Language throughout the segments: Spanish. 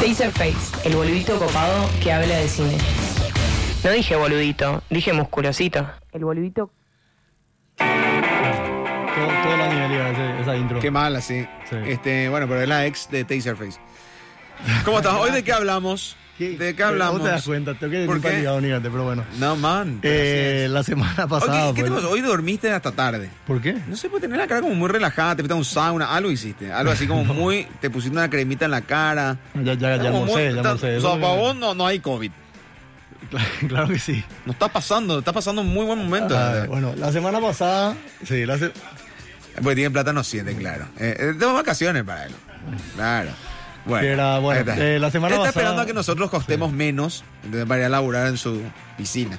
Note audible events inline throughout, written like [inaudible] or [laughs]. Taserface, el boludito copado que habla de cine. No dije boludito, dije musculosito. El boludito. Todo, todo el anime le iba a hacer esa intro. [laughs] Qué mala, sí. Sí. Este, bueno, pero es la ex de Taserface. ¿Cómo estás? ¿Hoy de [laughs] qué hablamos? ¿De qué Pero hablamos? ¿Cómo te das cuenta? Tengo que decir ¿Por qué? para ligado, pero bueno. No, man. pero Eh, la semana así es. Hoy, pasada. ¿qué- qué te fue- pasó? Hoy dormiste hasta tarde. ¿Por qué? No sé, pues tenés la cara como muy relajada, te fuiste a un sauna, algo hiciste. Algo [laughs] así como muy. Te pusiste una cremita en la cara. Ya, ya, ya Como almorcé, muy- ya está- almorcé. O Eso sea, me- para vos no, no hay COVID. [laughs] Claro, claro que sí. No está pasando, está pasando un muy buen momento. eh. Ah, bueno, la semana pasada. Sí, la se- Porque tiene plata, no siente, claro. Eh, eh, tengo vacaciones para él. Claro. Bueno, Que era, bueno, ahí está. eh, la semana Él pasada- está esperando a que nosotros costemos menos entonces, para ir a laburar en su piscina.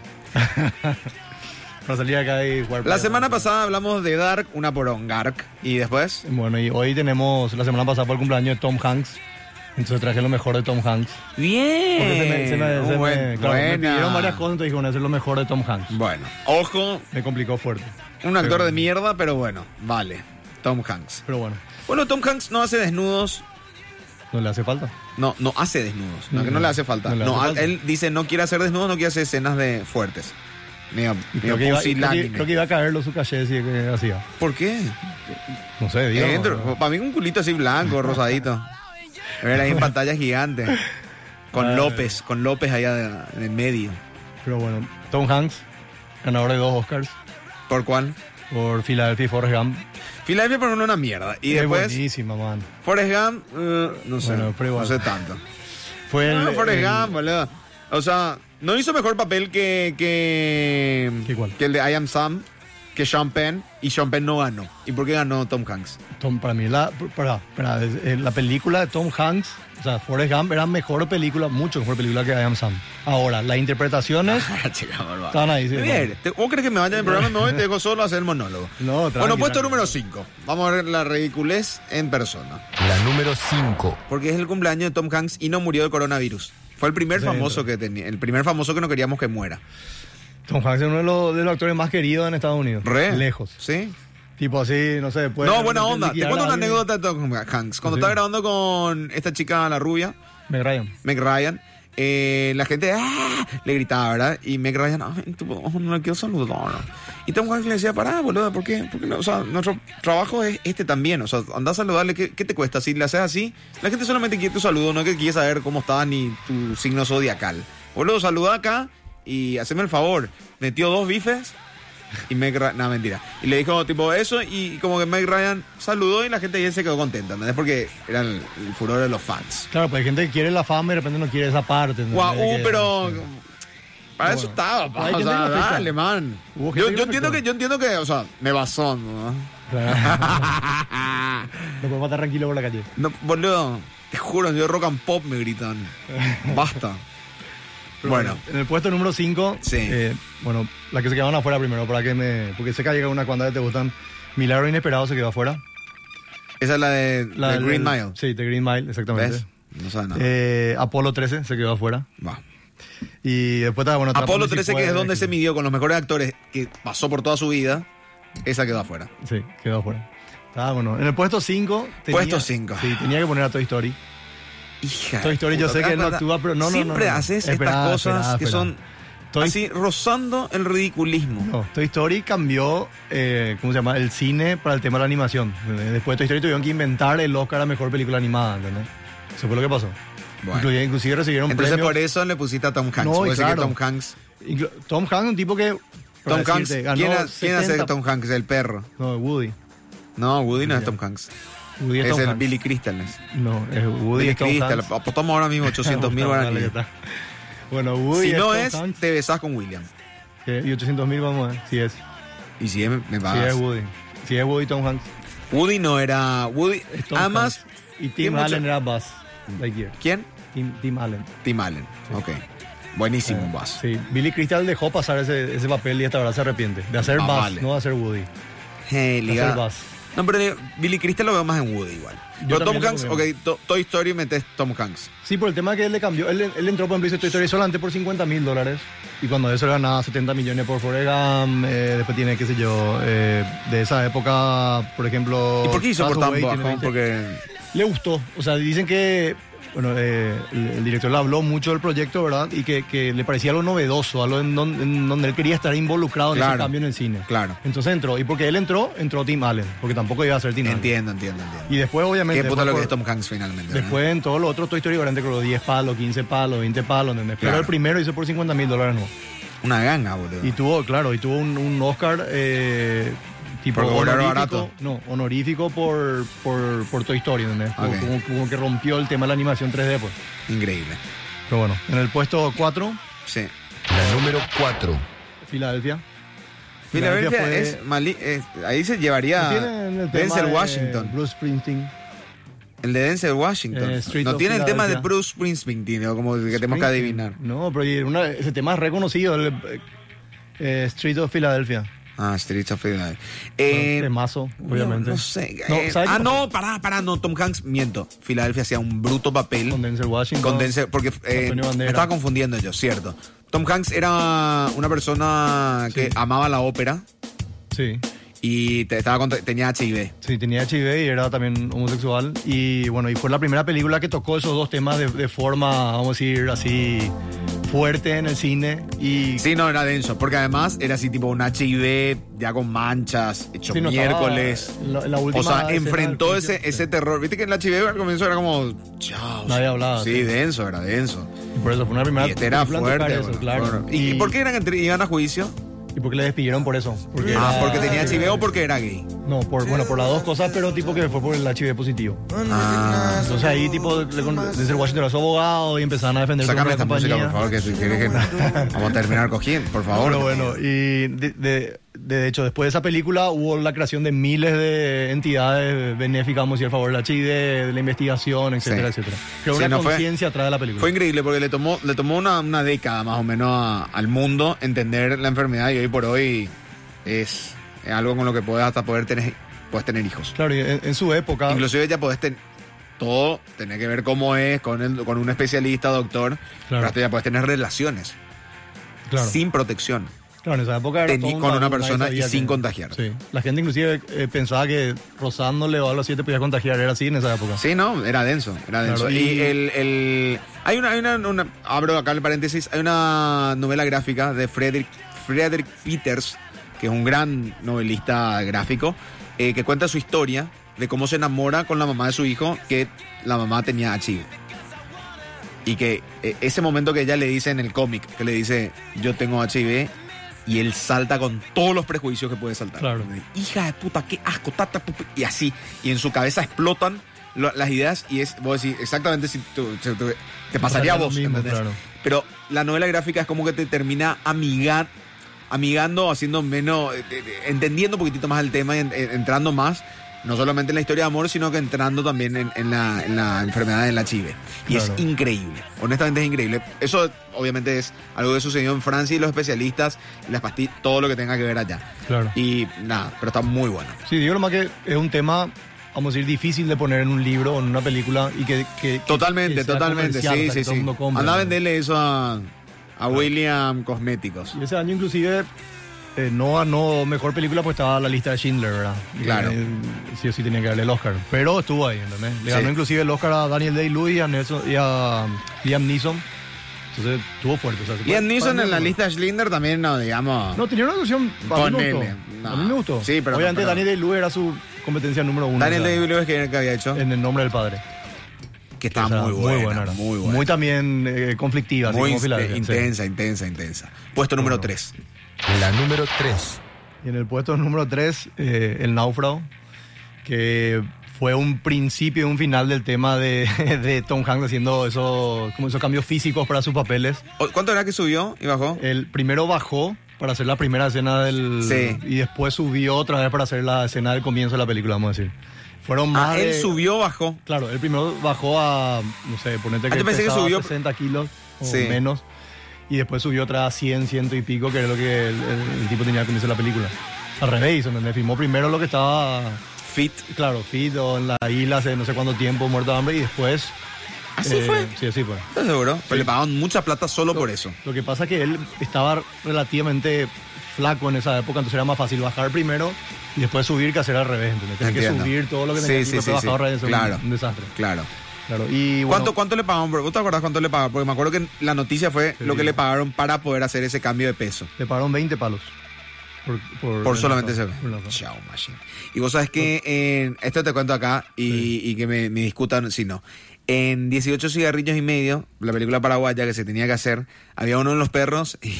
para salir acá y jugar. La playa. semana pasada hablamos de Dark, una porongark. Y después, Bueno, y hoy tenemos. La semana pasada fue el cumpleaños de Tom Hanks. Entonces traje lo mejor de Tom Hanks. Porque se me, se me- bien. se me- un buen- claro, me buena. pidieron varias cosas, entonces dije, bueno, eso es lo mejor de Tom Hanks. Bueno, ojo, Me complicó fuerte. un actor Pero- de mierda, pero bueno, vale. Tom Hanks. Pero bueno, Bueno, Tom Hanks no hace desnudos. no le hace falta. No, no hace desnudos. No, que no le hace falta. Mm. No No, le hace a- falta. él dice no quiere hacer desnudos, no quiere hacer escenas de fuertes. Medio, Y medio Creo que, iba, creo, pusilánime. que, creo que iba a caerlo su caché si es que hacía. ¿Por qué? No sé, digo. Dentro, para mí un culito [laughs] así blanco, rosadito. Ver ahí en pantalla gigante. Con López, con López allá de- en el medio. Pero bueno, Tom Hanks, ganador de dos Oscars ¿Por cuál? por Philadelphia y Forrest Gump. Philadelphia por uno una mierda. Y Es después, buenísima, man. Forrest Gump, eh, no sé, Bueno, pero no igual. sé tanto. Fue el, No, Ah, Forrest el- Gump, boludo. O sea, no hizo mejor papel que, que, ¿Que cuál? que el de I Am Sam, que Sean Penn, y Sean Penn no ganó. ¿Y por qué ganó Tom Hanks? [laughs] Tom, para mí, la, para, para, eh, la película de Tom Hanks, o sea, Forrest Gump, era mejor película, mucho mejor película que I Am Sam. Ahora, las interpretaciones. Ah, Chica, bárbaro. Están ahí, sí, Bien, te- ¿vos crees que me vaya el programa? Me voy y te dejo solo a hacer el monólogo. No, tranqui, Bueno, puesto tranqui. número 5. Vamos a ver la ridiculez en persona. La número 5. Porque es el cumpleaños de Tom Hanks y no murió de coronavirus. Fue el primer Sí, famoso que tenía, el primer famoso que no queríamos que muera. Tom Hanks es uno de los, de los actores más queridos en Estados Unidos. Re. Lejos. Sí. Tipo así, no sé, después. no, buena onda. Te liquidar cuento a una alguien. anécdota de Tom Hanks. Cuando Sí. estaba grabando con esta chica, la rubia, Meg Ryan. Meg Ryan, eh, la gente ¡ah! le gritaba, ¿verdad? Y Meg Ryan, "Ay, tu- oh, no le quiero saludar. Y Tom Hanks le decía, pará, boludo, ¿por qué? ¿Por qué no? O sea, nuestro trabajo es este también. O sea, andá a saludarle, ¿qué, qué te cuesta? Si le haces así, la gente solamente quiere tu saludo, no que quiere saber cómo estás ni tu signo zodiacal. Boludo, saluda acá y haceme el favor. Metió dos bifes. Y Meg Ryan, no, mentira. Y le dijo tipo eso y como que Meg Ryan saludó y la gente ahí se quedó contenta, ¿entendés? Porque era el, el furor de los fans. Claro, pues hay gente que quiere la fama y de repente no quiere esa parte. ¿entendés? Guau, uh, Que- pero sí. para Bueno. eso estaba, pa, Hay o gente sea, que le afecta. dale, man. Hubo Yo, gente que yo le entiendo afectó. que yo entiendo que, o sea, me basó, ¿no? Claro. [laughs] No puedo estar tranquilo por la calle. No, boludo, te juro, yo rock and pop me [laughs] gritan. Basta. Pero Bueno, En el puesto número 5, Sí. bueno, las que se quedaron afuera primero, para que me. Porque sé que llega una cuanta que te gustan. Milagro Inesperado se quedó afuera. esa es la de, La de del- Green Mile. Sí, de Green Mile, exactamente. ¿Ves? No sabe nada. Eh, Apolo 13 se quedó afuera. Va. Y después estaba, bueno, Apolo Trápame si 13, que es puedes, donde se midió con los mejores actores que pasó por toda su vida, esa quedó afuera. Sí, quedó afuera. Estaba, bueno. En el puesto 5. Puesto cinco. Sí, tenía que poner a Toy Story. Hija. Toy Story, de yo puta, sé ¿te que das no cuenta? actúa, pero no, no, no, Siempre no. haces Esperá, estas cosas esperá, que esperá. son Toy- así, rozando el ridiculismo. No, Toy Story cambió, eh, ¿cómo se llama? El cine para el tema de la animación. ¿entendés? Después de Toy Story tuvieron que inventar el Oscar a Mejor Película Animada, ¿entendés? Eso fue lo que pasó. Bueno. Incluye- inclusive recibieron Entonces premios. por eso le pusiste a Tom Hanks. No, y Puede ser que claro. Tom Hanks. Inclu- Tom Hanks, un tipo que... para Tom Hanks. decirte, ganó ¿Quién, ha- quién hace de 70 Tom Hanks? El perro. No, Woody. No, Woody no es Tom Hanks. Woody Es Tom el Hanks. Billy Crystal. es. No, es Woody Billy es Tom Crystal. [laughs] Hanks. Apostamos ahora mismo 800 [laughs] mil Vamos, dale, guaraníes. ya está. Bueno, Woody Si no Tom es, Hanks, te besás con William. que- y 800 mil, vamos a ver. Si es. Y si es, me Si es pagas. Woody. Si es Woody Tom Hanks. Woody no era. Woody. es Tom Además. Hanks. Y tiene Tim mucho- Allen era Buzz. Lightyear. ¿Quién? Tim, Tim Allen. Tim Allen. Ok. Buenísimo, un Buzz. Eh, Sí, Billy Crystal dejó pasar ese, ese papel y hasta ahora se arrepiente. De hacer Ah, Buzz, vale. no de hacer Woody. Hey, De liga. hacer Buzz. No, pero eh, Billy Crystal lo veo más en Woody igual. Yo Pero Tom también lo Hanks, ok, veo. to- Toy Story metes Tom Hanks. Sí, por el tema que él le cambió. Él, él entró por ejemplo, hizo Toy Story solamente por 50 mil dólares. Y cuando eso ganaba 70 millones por Forrest Gump, eh, después tiene, qué sé yo, eh, de esa época, por ejemplo... Oh, ¿Y por qué hizo por tan Castaway tiene bajo? 20. Porque le gustó. O sea, dicen que, bueno, eh, el, el director le habló mucho del proyecto, ¿verdad? Y que, que le parecía algo novedoso, algo en, don- en donde él quería estar involucrado en ese Claro. cambio en el cine. Claro. Entonces entró. Y porque él entró, entró Tim Allen, porque tampoco iba a ser Tim Allen. Entiendo, entiendo, entiendo. Y después, obviamente. Qué puta después lo que por- es Tom Hanks finalmente. ¿verdad? Después en todo lo otro, Toy Story obviamente creo 10 palos, 15 palos, 20 palos, ¿entendés? Pero Claro. el primero hizo por 50 mil dólares nuevos. Una ganga, boludo. Y tuvo, claro, y tuvo un, un Oscar eh, tipo Porque volaron honorífico, barato. no, honorífico por, por, por Toy Story, ¿entendés? Como- Ok. Como, como que rompió el tema de la animación 3D, pues. Increíble. Pero bueno, en el puesto 4, Sí. La número 4. Filadelfia. Filadelfia fue- es, mali- es- ahí se llevaría tienen el tema Denzel de Washington. Bruce Springsteen. El de Denzel Washington. Eh, Street no of tiene el tema de Philadelphia. Bruce Springsteen, tío, como que tenemos que Springsteen. adivinar. No, pero y una- ese tema es reconocido, el eh, Street of Philadelphia. Ah, Streets of Philadelphia. Un Eh, temazo, obviamente. No, no sé. No, eh, ¿sabes ah, qué? no, pará, pará, no, Tom Hanks, miento. Filadelfia hacía un bruto papel. Con Denzel Washington. Con Denzel, porque eh, Antonio me Banderas. estaba confundiendo yo, cierto. Tom Hanks era una persona que amaba la ópera Sí, y te- estaba contra- tenía HIV. sí, tenía HIV y era también homosexual. Y bueno, y fue la primera película que tocó esos dos temas de, de forma, vamos a decir, así fuerte en el cine. Y Sí, no, era denso, porque además era así tipo un HIV ya con manchas, hecho Sí, no, estaba- miércoles. la- la última o sea, escena enfrentó del ese, juicio, ese sí. terror. Viste que en el HIV al comienzo era como, chao. Nadie hablaba, Sí, sí. denso, era denso. por eso fue una primera y este era película en tocar fuerte. eso, bueno, claro. fuerte. ¿Y, y por qué eran, entre- iban a juicio? y por qué le despidieron por eso? Porque Ah, era- porque tenía HIV o porque era gay. No, por, bueno, por las dos cosas, pero tipo que fue por el HIV positivo. Ah, Entonces ahí, tipo, le con- Denzel Washington era su abogado y empezaron a defender su sácame propia esta música, compañía. por favor, que, que- que- vamos a terminar cogiendo, por favor. Pero bueno, y de, de- de hecho, después de esa película hubo la creación de miles de entidades benéficas, vamos a decir, a favor del HIV, de la investigación, etcétera, Sí. etcétera. Creó Sí, una no, fue- conciencia atrás de la película. Fue increíble porque le tomó, le tomó una, una década más o menos a- al mundo entender la enfermedad y hoy por hoy es, es algo con lo que puedes hasta poder tener, puedes tener hijos. Claro, y en, en su época, Inclusive ya podés tener todo, tener que ver cómo es con, el- con un especialista, doctor, pero hasta ya podés tener relaciones claro, sin protección. claro, en esa época era Tení todo un con una tabú, nadie persona sabía y sin contagiar. Sí. La gente inclusive eh, pensaba que rozándole o algo así te podía contagiar, era así en esa época. Sí, no, era denso, era denso. Claro, y y- el, el- hay una, hay una, una- abro acá el paréntesis, hay una novela gráfica de Frederick, Frederick Peters, que es un gran novelista gráfico, eh, que cuenta su historia de cómo se enamora con la mamá de su hijo, que la mamá tenía HIV. Y que eh, ese momento que ella le dice en el cómic, que le dice, yo tengo HIV, y él salta con todos los prejuicios que puede saltar. Claro. Hija de puta, qué asco, tata, y así. Y en su cabeza explotan lo- las ideas y es, vos decís, exactamente si tú- si tú- te pasaría a lo vos. mismo, ¿entendés? claro. Pero la novela gráfica es como que te termina amigar, amigando, haciendo menos, eh, eh, entendiendo un poquitito más el tema y en- eh, entrando más. No solamente en la historia de amor, sino que entrando también en, en la, en la enfermedad en la chive. Y es Claro. increíble, honestamente es increíble. Eso obviamente es algo que sucedió en Francia y los especialistas, las pastillas, todo lo que tenga que ver allá. Claro. Y nada, pero está muy bueno. Sí, digo lo más que es un tema, vamos a decir, difícil de poner en un libro o en una película y que... que- que- Totalmente, que sea totalmente, comercial, o sí, sea, que sí, todo el sí. mundo compre, Anda a ¿no? venderle eso a, a William Cosméticos. Y ese año inclusive eh, no ganó mejor película pues estaba la lista de Schindler, ¿verdad? Y, Claro. eh, sí o sí tenía que darle el Oscar. Pero estuvo ahí, ¿entendés? Le Sí. ganó inclusive el Oscar a Daniel Day-Lewis y a, Nelson- y a Liam Neeson. Entonces estuvo fuerte. o sea, se Liam puede- Neeson para mí en la no- lista Schlinder también, no, digamos. No, tenía una actuación a mí me Ponele, gustó. no. A mí me gustó. Sí, pero no, Obviamente pero- Daniel Day-Lewis era su competencia número uno. Daniel o sea, Day-Lewis, que era el que había hecho, En el nombre del padre. que está O sea, Ah, muy buena, muy buena, era. muy Muy también eh, conflictiva. así como in- Filadelfia, sí. intensa, intensa, intensa. Puesto número Bueno. 3. La número 3. Y en el puesto número 3, El Náufrago, que fue un principio y un final del tema de, [laughs] de Tom Hanks haciendo esos, como esos cambios físicos para sus papeles. ¿Cuánto era que subió y bajó? El primero bajó para hacer la primera escena del... Sí. Y después subió otra vez para hacer la escena del comienzo de la película, vamos a decir. Fueron más Ah, él de- subió, bajó. Claro, el primero bajó a, no sé, ponete Ah, que, yo pensé que pesaba subió- 60 kilos o Sí. menos. Y después subió otra a 100, ciento y pico, que era lo que el, el- el tipo tenía al comienzo de la película. Al revés, hizo, ¿entendés? Filmó primero lo que estaba, Fit. claro, fit o en la isla hace no sé cuánto tiempo, muerto de hambre, y después... ¿Así eh, fue? Sí, así fue. ¿Estás seguro? Pero le pagaban mucha plata solo por eso. Lo que pasa es que él estaba relativamente flaco en esa época, entonces era más fácil bajar primero y después subir que hacer al revés. ¿entendés? Tenés que Entiendo. subir todo lo que Sí, tenías sí, y después sí, sí. bajar otra vez, es un- Claro. un desastre. Claro. Claro. Y, bueno, ¿Cuánto, ¿Cuánto le pagaron? bro? ¿Vos te acordás cuánto le pagaron? Porque me acuerdo que la noticia fue Sí. lo que le pagaron para poder hacer ese cambio de peso. Le pagaron 20 palos. Por, Por solamente ese ese. Chao, machine. Y vos sabes que en- esto te cuento acá y, y que me, me discutan si no. En 18 cigarrillos y medio, la película paraguaya que se tenía que hacer, había uno de los perros [laughs] y,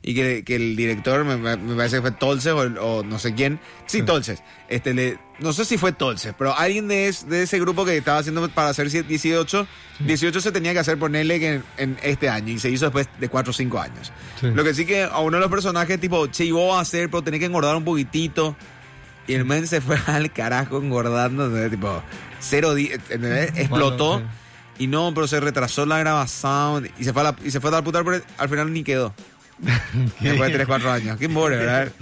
y que, que el director, me, me- me parece que fue Tolces o, o no sé quién. Sí, Tolces. Este, le, no sé si fue Tolces, pero alguien de, es- de ese grupo que estaba haciendo para hacer 18, 18 se tenía que hacer ponerle que en, en este año y se hizo después de 4 o 5 años. Sí. Lo que sí que a uno de los personajes, tipo, che, ¿y vos vas a hacer, pero tenés que engordar un poquitito. Y el men se fue [laughs] al carajo engordando, ¿entendés? tipo, cero di- ¿entendés? explotó. sí. Y no, pero se retrasó la grabación y se fue a, la, y se fue a dar putar, pero al final ni [laughs] quedó. Después de 3, 4 años. [laughs] Qué pobre, ¿verdad?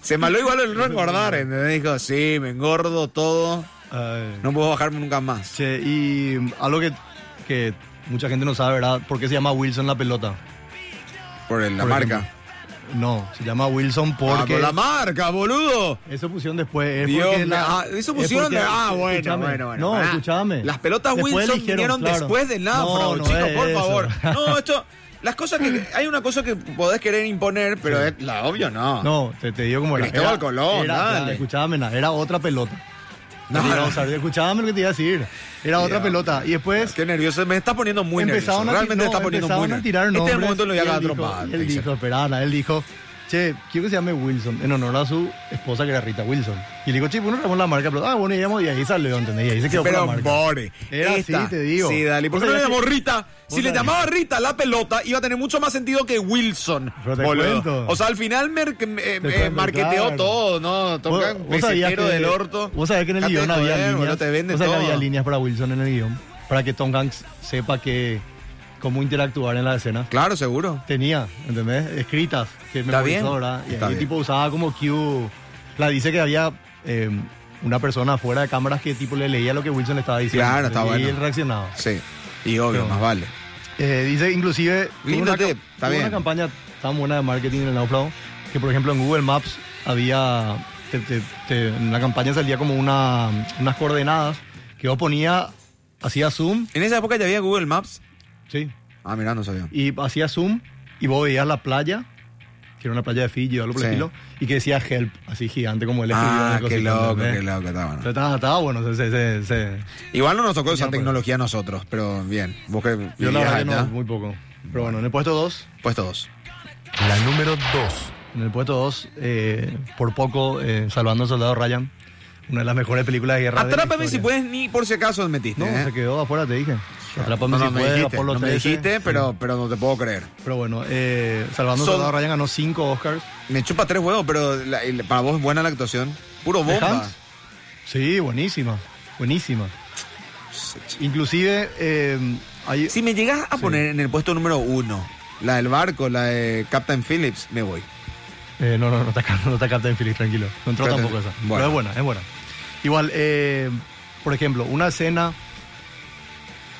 Se maló igual el no engordar, ¿entendés? Dijo, sí, me engordo todo, Ay. no puedo bajarme nunca más. Che, y algo que, que mucha gente no sabe, ¿verdad? ¿Por qué se llama Wilson la pelota? Por el- la Por marca. No, se llama Wilson porque... Ah, por la marca, boludo. Eso pusieron después. es Dios porque me- la- ah, eso es pusieron porque- de- ah, bueno, escúchame. bueno, bueno, No, pará. escúchame. Las pelotas Después Wilson eligieron, vinieron claro. después del No, náufrago, no chicos, es por eso. [laughs] favor. No, esto, las cosas que, hay una cosa que podés querer imponer, pero es la obvio no. No, te, te digo cómo era. Cristóbal Era- Colón, era, dale. Escuchame, na, era otra pelota. No, Te iba a no. usar, escuchame lo que te iba a decir. Era otra pelota. Y después Qué nervioso, me está poniendo muy nervioso. empezaron a, Realmente no, me está poniendo empezaron muy a nervioso. tirar Este es nombres. el momento en lo que y haga él dijo- trompada. Él dijo, esperala, él dijo, che, quiero que se llame Wilson, en honor a su esposa que era Rita Wilson. Y le digo, che, bueno, traemos la marca. Pero, ah, bueno, y llamó, y ahí salió, ¿entendés? Y ahí se quedó Pero con la marca. Bore. Era esta. así, te digo. Sí, dale. ¿Y ¿Por O qué no sea, le ya llamó que- Rita? Si o le sea, llamaba Rita la pelota, iba a tener mucho más sentido que Wilson. Pero te boludo. cuento. O sea, al final mer- que- eh, Te eh, cuento, marqueteó claro. todo, ¿no? Toca ¿Vos- un vos sabías pesetero que- del orto. Vos sabés que en el Dejate de guión había joder, líneas. eh, boludo, te vende vos sabés que todo. había líneas para Wilson en el guión. Para que Tom Hanks sepa que cómo interactuar en la escena. Claro, seguro. Tenía, ¿entendés? Escritas que me Está bien, Y está ahí bien. tipo usaba como cue. La dice que había eh, una persona fuera de cámaras que tipo le leía lo que Wilson le estaba diciendo. Claro, está y bueno. Y él reaccionaba. Sí. Y obvio, No. más vale. Eh, dice, inclusive, tuvo Lindo una, ca- tip, está tuvo bien. una campaña tan buena de marketing en el náufrago que, por ejemplo, en Google Maps había, te- te- te- en la campaña salía como una, unas coordenadas que vos ponía, hacía zoom, En esa época ya había Google Maps. sí, Ah, mirá, no sabía. y hacía zoom y vos veías la playa, que era una playa de Fiji o algo por el Sí. estilo, y que decía help, así gigante como él escribió. en Ah, el qué cosito, loco, ¿entendés? qué loco, está Pero bueno. estaba, estaba bueno, se- se- se- se- Igual no nos tocó Ya, esa pues. tecnología a nosotros, pero bien. Vos que yo la vivías verdad que allá, no, muy poco. Pero bueno, en el puesto 2 Pues todos. La número 2. En el puesto 2, por poco, eh, Salvando al Soldado Ryan. Una de las mejores películas de guerra. de la Atrápame si historia. puedes, ni por si acaso metiste. No, ¿eh? se quedó afuera, te dije. Atrápame No, no, si me puedes, dijiste, Apolo no me 13. dijiste, pero, pero no te puedo creer. Pero bueno, eh, Salvando al Son- Soldado Ryan ganó 5 Oscars. Me chupa tres huevos, pero la- el- para vos es buena la actuación. Puro ¿De bomba. Hanks? Sí, buenísima. Buenísima. Sí, ch- Inclusive, eh, hay... Si me llegas a poner en el puesto número uno, la del barco, la de Captain Phillips, me voy. Eh, no, no, no está, [laughs] no está Captain Phillips, tranquilo. No entró Pero- tampoco esa. bueno. Pero es buena, es buena. Igual, eh, por ejemplo, una escena...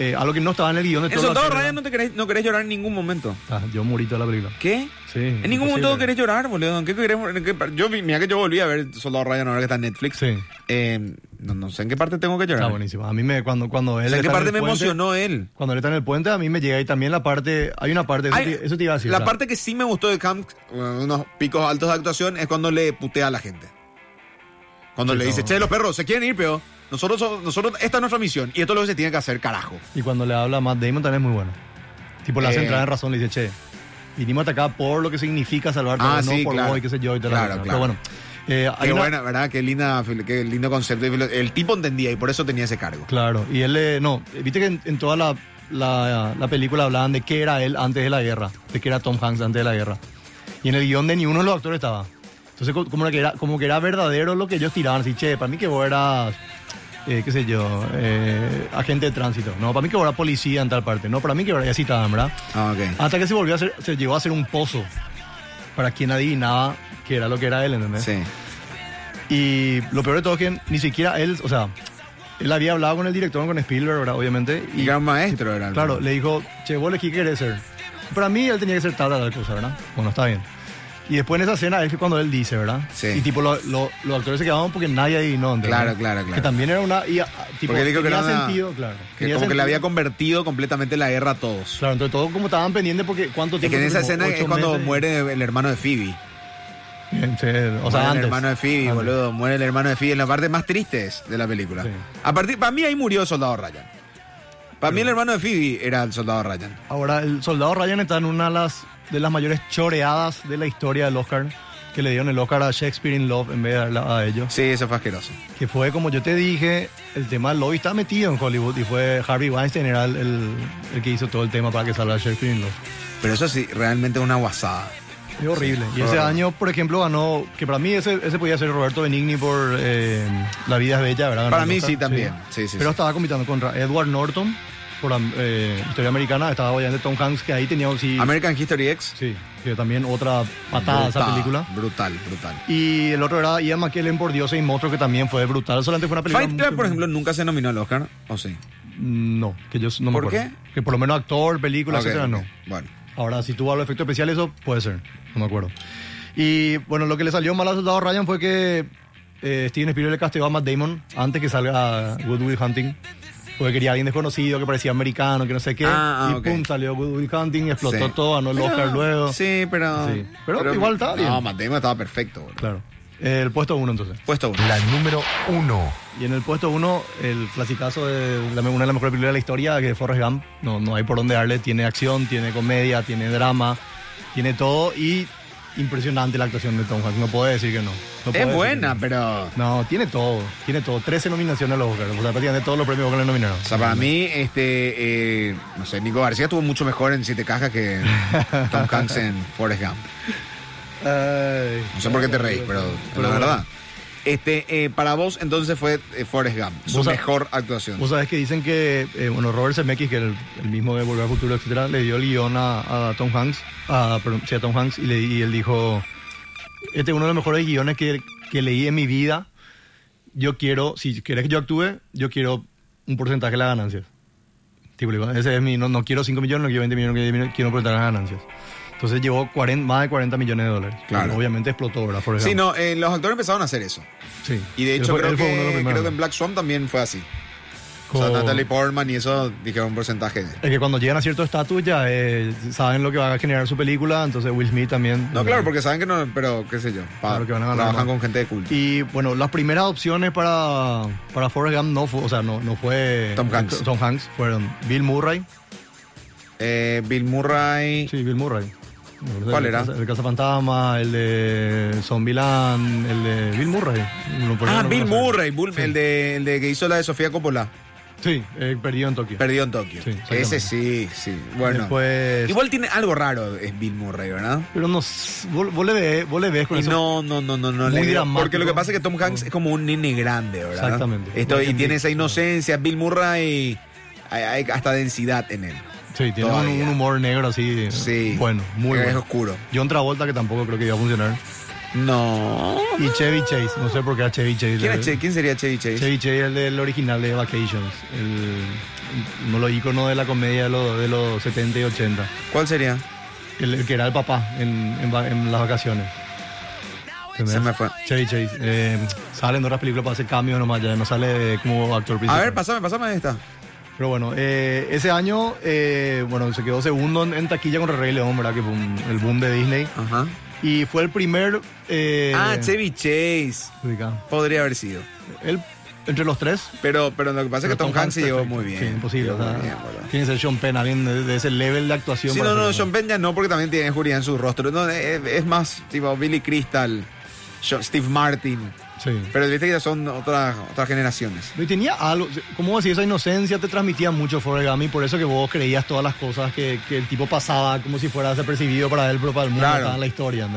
eh, algo que no estaba en el guión de En toda la Soldado serie, Ryan no, te querés, no querés llorar en ningún momento. Ah, yo morí toda la película. ¿Qué? Sí. En ningún momento querés llorar, boludo. ¿En qué querés, en qué par- yo, vi- mira que yo volví a ver Soldado Ryan ahora que está en Netflix. Sí. Eh, no, no sé en qué parte tengo que llorar. Está buenísimo. A mí me cuando cuando él O sea, ¿En qué está parte el me puente- emocionó él? Cuando él está en el puente a mí me llega y también la parte hay una parte eso, Ay, te, eso te iba a decir. La o sea, parte que sí me gustó de Camp, eh, unos picos altos de actuación, es cuando le putea a la gente. Cuando Sí, le no. dice, che, los perros, se quieren ir, pero nosotros, so- nosotros, esta es nuestra misión y esto es lo que se tiene que hacer, carajo. y cuando le habla a Matt Damon también es muy bueno. Tipo la hace Eh. entrar en razón le dice, "Che, vinimos hasta acá por lo que significa salvarte, Ah, no sí, por claro. vos y qué sé yo y tal. Claro, Pero claro. bueno, eh, hay Qué una- buena, ¿verdad? Qué, linda, fil- qué lindo concepto. y filo- El tipo entendía y por eso tenía ese cargo. Claro, y él, eh, no, viste que en, en toda la, la- la película hablaban de qué era él antes de la guerra, de qué era Tom Hanks antes de la guerra. Y en el guión de ni uno de los actores estaba. Entonces, co- como que era, como que era verdadero lo que ellos tiraban, así, che, para mí que vos eras, eh, qué sé yo, eh, agente de tránsito, no, para mí que vos eras policía en tal parte, no, para mí que vos eras, y así estaban, ¿verdad? Ah, ok. Hasta que se volvió a hacer, se llegó a hacer un pozo para quien adivinaba que era lo que era él, ¿entendés? Sí. Y lo peor de todo es que ni siquiera él, o sea, él había hablado con el director, con Spielberg, ¿verdad? obviamente. Y Y gran maestro era. el- claro, le dijo, che, vos elegí qué querés ser. Para mí él tenía que ser tal, tal, tal cosa, ¿verdad? Bueno, está bien. Y después en esa escena es cuando él dice, ¿verdad? Sí. Y tipo, lo- lo- los actores se quedaban porque nadie adivinó. ¿entendés? Claro, claro, claro. Que también era una. Y, ah, tipo, Porque dijo que tenía era una- sentido, claro. Que Tenía como que le sentido. había convertido completamente la guerra a todos. Claro, entonces todos como estaban pendientes porque cuánto Es tiempo. que en esa tuvimos? escena es Ocho cuando meses. muere el hermano de Phoebe. Sí, o muere sea, el antes. hermano de Phoebe, Antes. boludo. Muere el hermano de Phoebe en la parte más triste de la película. Sí. A partir, para mí ahí murió el soldado Ryan. Para mí el hermano de Phoebe era el soldado Ryan. Ahora, el soldado Ryan está en una de las, de las mayores choreadas de la historia del Oscar, que le dieron el Oscar a Shakespeare in Love en vez de darla a ellos. Sí, eso fue asqueroso. Que fue, como yo te dije, el tema del lobby está metido en Hollywood y fue Harvey Weinstein era el, el- el que hizo todo el tema para que salga Shakespeare in Love. Pero eso sí, realmente una guasada. Es horrible. Sí, y ese horrible. año, por ejemplo, ganó, que para mí ese, ese podía ser Roberto Benigni por eh, La vida es bella, ¿verdad? Ganó Para el mí Oscar. sí también. Sí, sí, Pero sí. estaba compitiendo contra Edward Norton por eh, Historia Americana, estaba obviamente Tom Hanks, que ahí tenía sí, American History X. sí, que también otra patada esa brutal, película. Brutal, brutal. Y el otro era Ian McKellen por Dios y Monstruo, que también fue brutal. Solamente fue una película. Fight muy- Mm, Club, por ejemplo, nunca se nominó al Oscar, ¿o sí? No, que yo no me ¿Por acuerdo. qué? Que por lo menos actor, película, Ok, etcétera, ok. no. Bueno. Ahora, si tuvo los efectos especiales, eso puede ser. No me acuerdo. Y bueno, lo que le salió mal al soldado Ryan fue que eh, Steven Spielberg le castigó a Matt Damon antes que salga Good Will Hunting. Porque quería a alguien desconocido que parecía americano, que no sé qué. Ah, ah, y ok. pum, salió Good Will Hunting, explotó Sí. todo, ganó el Pero- Oscar luego. Sí, pero. Sí. Pero igual estaba bien. No, Matt Damon estaba perfecto, boludo. Claro. El puesto uno, entonces. Puesto uno. La número uno. Y en el puesto uno, el clasicazo de la- una de las mejores películas de la historia, que es Forrest Gump. No, no hay por dónde darle. Tiene acción, tiene comedia, tiene drama, tiene todo. Y impresionante la actuación de Tom Hanks. No puedo decir que no. No puedo decir es que buena, no. pero. No, tiene todo. Tiene todo. 13 nominaciones a los Oscars. O sea, prácticamente todos los premios Oscar le nominaron. O sea, para mí, este, eh, no sé, Nico García estuvo mucho mejor en Siete Cajas que Tom Hanks en Forrest Gump. Ay. No sé por qué te reís, pero, pero la bueno. verdad. Este, eh, para vos entonces fue eh, Forrest Gump, su Vos sab- mejor actuación. Vos sabés que dicen que, eh, bueno, Robert Zemeckis, que el, el mismo de Volver al Futuro, etcétera, le dio el guión a, a Tom Hanks, a, perdón, sí, a Tom Hanks, y, le- y él dijo, este es uno de los mejores guiones que, que leí en mi vida. Yo quiero, si querés que yo actúe, yo quiero un porcentaje de las ganancias. Tipo, le digo, ese es mi, no, no quiero 5 millones, no quiero 20 millones, no quiero 10 millones, quiero un porcentaje de las ganancias. Entonces llevó 40, más de 40 millones de dólares. que Claro. Obviamente explotó, ¿verdad? Forrest Sí, Gump. no, eh, los actores empezaron a hacer eso. Sí. Y de Él hecho fue- creo, él fue uno de los que, creo primeros. que en Black Swan también fue así. O Con- sea, Natalie Portman y eso dijeron un porcentaje. de- Es que cuando llegan a cierto estatus ya eh, saben lo que va a generar su película, entonces Will Smith también. No, claro, porque saben que no, pero qué sé yo. pa- Claro que van a ganar trabajan más. con gente de culto. Y bueno, las primeras opciones para, para Forrest Gump no fue, o sea, no, no fue Tom Hanks. Tom Hanks, fueron Bill Murray. Eh, Bill Murray. Sí, Bill Murray. ¿Cuál El era? caza- El Cazafantasma, el de Zombieland, el de Bill Murray. No, por Ah, ejemplo, Bill no sé. Murray, Bull- el, de, el de que hizo la de Sofía Coppola. Sí, eh, perdido en Tokio. Perdió en Tokio. Sí, exactamente. Ese sí, sí. Bueno. Después- Igual tiene algo raro es Bill Murray, ¿verdad? Pero no, s- vos, vos le ves, vos le ves con Y eso. no, no, no, no, no. Muy le veo. dramático. porque lo que pasa es que Tom Hanks es como un nene grande, ¿verdad? Exactamente. Esto, y Muy tiene esa gentil. inocencia. Bill Murray, hay, hay hasta densidad en él. Sí, tiene un, Todavía. un humor negro así. Sí. Bueno, muy Es bueno. oscuro. John Travolta, que tampoco creo que iba a funcionar. No. Y Chevy Chase, no sé por qué a Chevy Chase. ¿Quién, le- es Che- quién sería Chevy Chase? Chevy Chase es el del original de Vacations, el, uno de los íconos de la comedia de los, de los 70 y 80, ¿Cuál sería? el, el que era el papá en, en va- en las vacaciones. ¿Entendés? Se me fue. Chevy Chase. eh, salen otras películas para hacer cambios nomás, ya no sale de- como actor A principal. ver, pasame, pasame esta. Pero bueno, eh, ese año, eh, bueno, se quedó segundo en, en taquilla con El Rey León, ¿verdad? Que fue un- el boom de Disney. Ajá. Y fue el primer... eh, ah, Chevy Chase. ubicado. Podría haber sido. Él, entre los tres, Pero, pero lo que pasa es que Tom, Hanks se llevó perfecto. muy bien. Sí, imposible. Llevó o sea, muy bien, boludo. tiene que ser Sean Penn, alguien de, de ese level de actuación. Sí, para no, no, hacer- John Penn ya no, porque también tiene Julián en su rostro. No, es, es más tipo Billy Crystal, John- Steve Martin. Sí. Pero viste que ya son otras otras generaciones. Y tenía algo, como decir, esa inocencia te transmitía mucho Forrest Gump y por eso que vos creías todas las cosas que, que el tipo pasaba como si fuera desapercibido para él, pero para el mundo Claro. estaba en la historia. ¿no?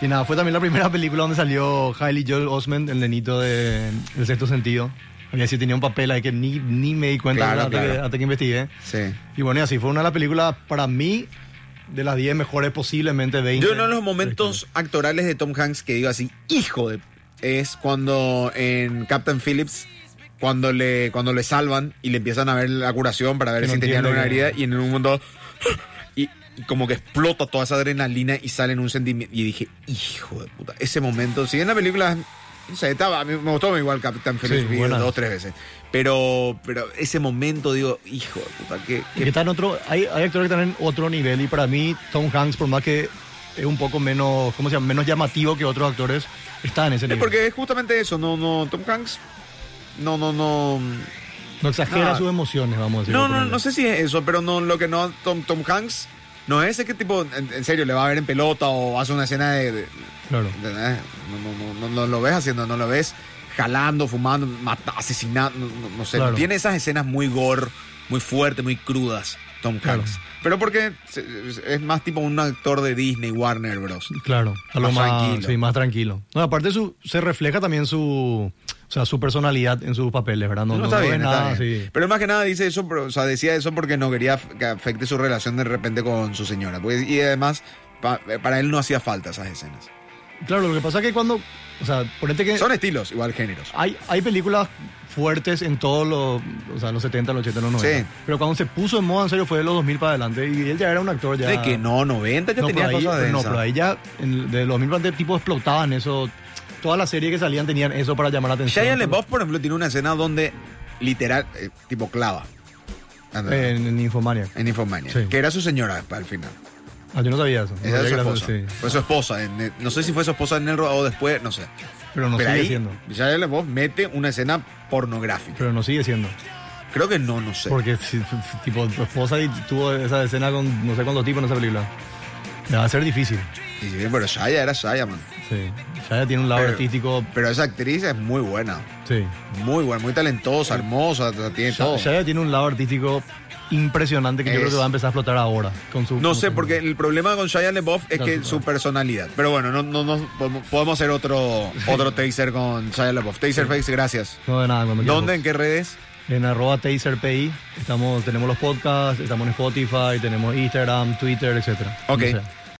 y nada, fue también la primera película donde salió Hailey Joel Osment, el nenito de El Sexto Sentido. Había sí tenía un papel ahí que ni, ni me di cuenta Claro, hasta, Que, claro. hasta que investigué. [laughs] sí. Y bueno, y así fue una de las películas para mí de las 10 mejores posiblemente 20. Yo uno de los momentos actorales de Tom Hanks que digo así, hijo de... Es cuando en Captain Phillips, cuando le, cuando le salvan y le empiezan a ver la curación para ver Que no si tenían entiende una que- herida y en un mundo... Y, y como que explota toda esa adrenalina y sale en un sentimiento. Y dije, hijo de puta, ese momento, si en la película, no sé, estaba, a mí me gustó igual Capitán Feliz Sí, vi buena. dos tres veces. Pero, pero ese momento, digo, hijo de puta, que... Y que está en otro, hay, hay actores que están en otro nivel y para mí Tom Hanks, por más que es un poco menos, ¿cómo se llama? Menos llamativo que otros actores, está en ese nivel. porque es justamente eso, no, no, Tom Hanks, no, no, no... no exagera no. sus emociones, vamos a decir. No, no, no sé si es eso, pero no, lo que no, Tom, Tom Hanks, no es ese que tipo, en, en serio, le va a ver en pelota o hace una escena de- de Claro. ¿Entendés? No, no, no, no, no lo ves haciendo, no lo ves jalando, fumando, mata- asesinando, no, no- no sé. Claro. Tiene esas escenas muy gore, muy fuertes, muy crudas, Tom Claro. Hanks. Pero porque se- es- es más tipo un actor de Disney, Warner Bros. Claro, a lo Más más, tranquilo. sí, más tranquilo. No, aparte su, se refleja también su, o sea, su personalidad en sus papeles, ¿verdad? No, No, no- está no bien, es está nada, bien. sí. Pero más que nada dice eso, pero, o sea, decía eso porque no quería af- que afecte su relación de repente con su señora. Pues, y además, pa- eh, para él no hacía falta esas escenas. Claro, lo que pasa es que cuando, o sea, ponete que Son estilos, igual géneros. hay, hay películas fuertes en todos los, o sea, los 70, los 80, los 90. Sí. Pero cuando se puso en moda, en serio, fue de los 2000 para adelante y él ya era un actor ya... De que no, 90 ya no, tenía pero ahí, cosas de no, pero ahí ya, en- de los 2000 para adelante, tipo explotaban eso. Todas las series que salían tenían eso para llamar la atención. Shia LaBeouf, por ejemplo, tiene una escena donde literal, eh, tipo clava. Anda, En, en Infomaniac. en Infomania. Eh. sí. Que era su señora al final. Ah, yo no sabía eso. No Era sabía su que esposa. sí. Fue su esposa. en- no sé si fue su esposa en el ro- o después, no sé. Pero no Pero sigue ahí, siendo. Shia LaBeouf mete una escena pornográfica. Pero no sigue siendo. Creo que no, no sé. Porque si, f- f- tipo, tu esposa y tuvo esa escena con no sé cuántos tipos en esa película. Le va a ser difícil. Y si bien, pero Shia era Shia, man. Sí. Ya tiene un lado Pero- artístico. Pero esa actriz es muy buena. Sí. Muy buena, muy talentosa, hermosa, o sea, tiene Ya, todo. ya tiene un lado artístico impresionante que yo Oh. Es- creo que va a empezar a explotar ahora. Con su, No con sé, su- porque el problema con Shia LaBeouf es Claro, que sí, su claro. personalidad. Pero bueno, no, no, no podemos- podemos hacer otro, otro taser con Shia LaBeouf. Taserface, gracias. No, de nada. Cuando quieras. ¿Dónde? ¿En qué redes? En arroba taserpi. Estamos, tenemos los podcasts, estamos en Spotify, tenemos Instagram, Twitter, etc. Ok.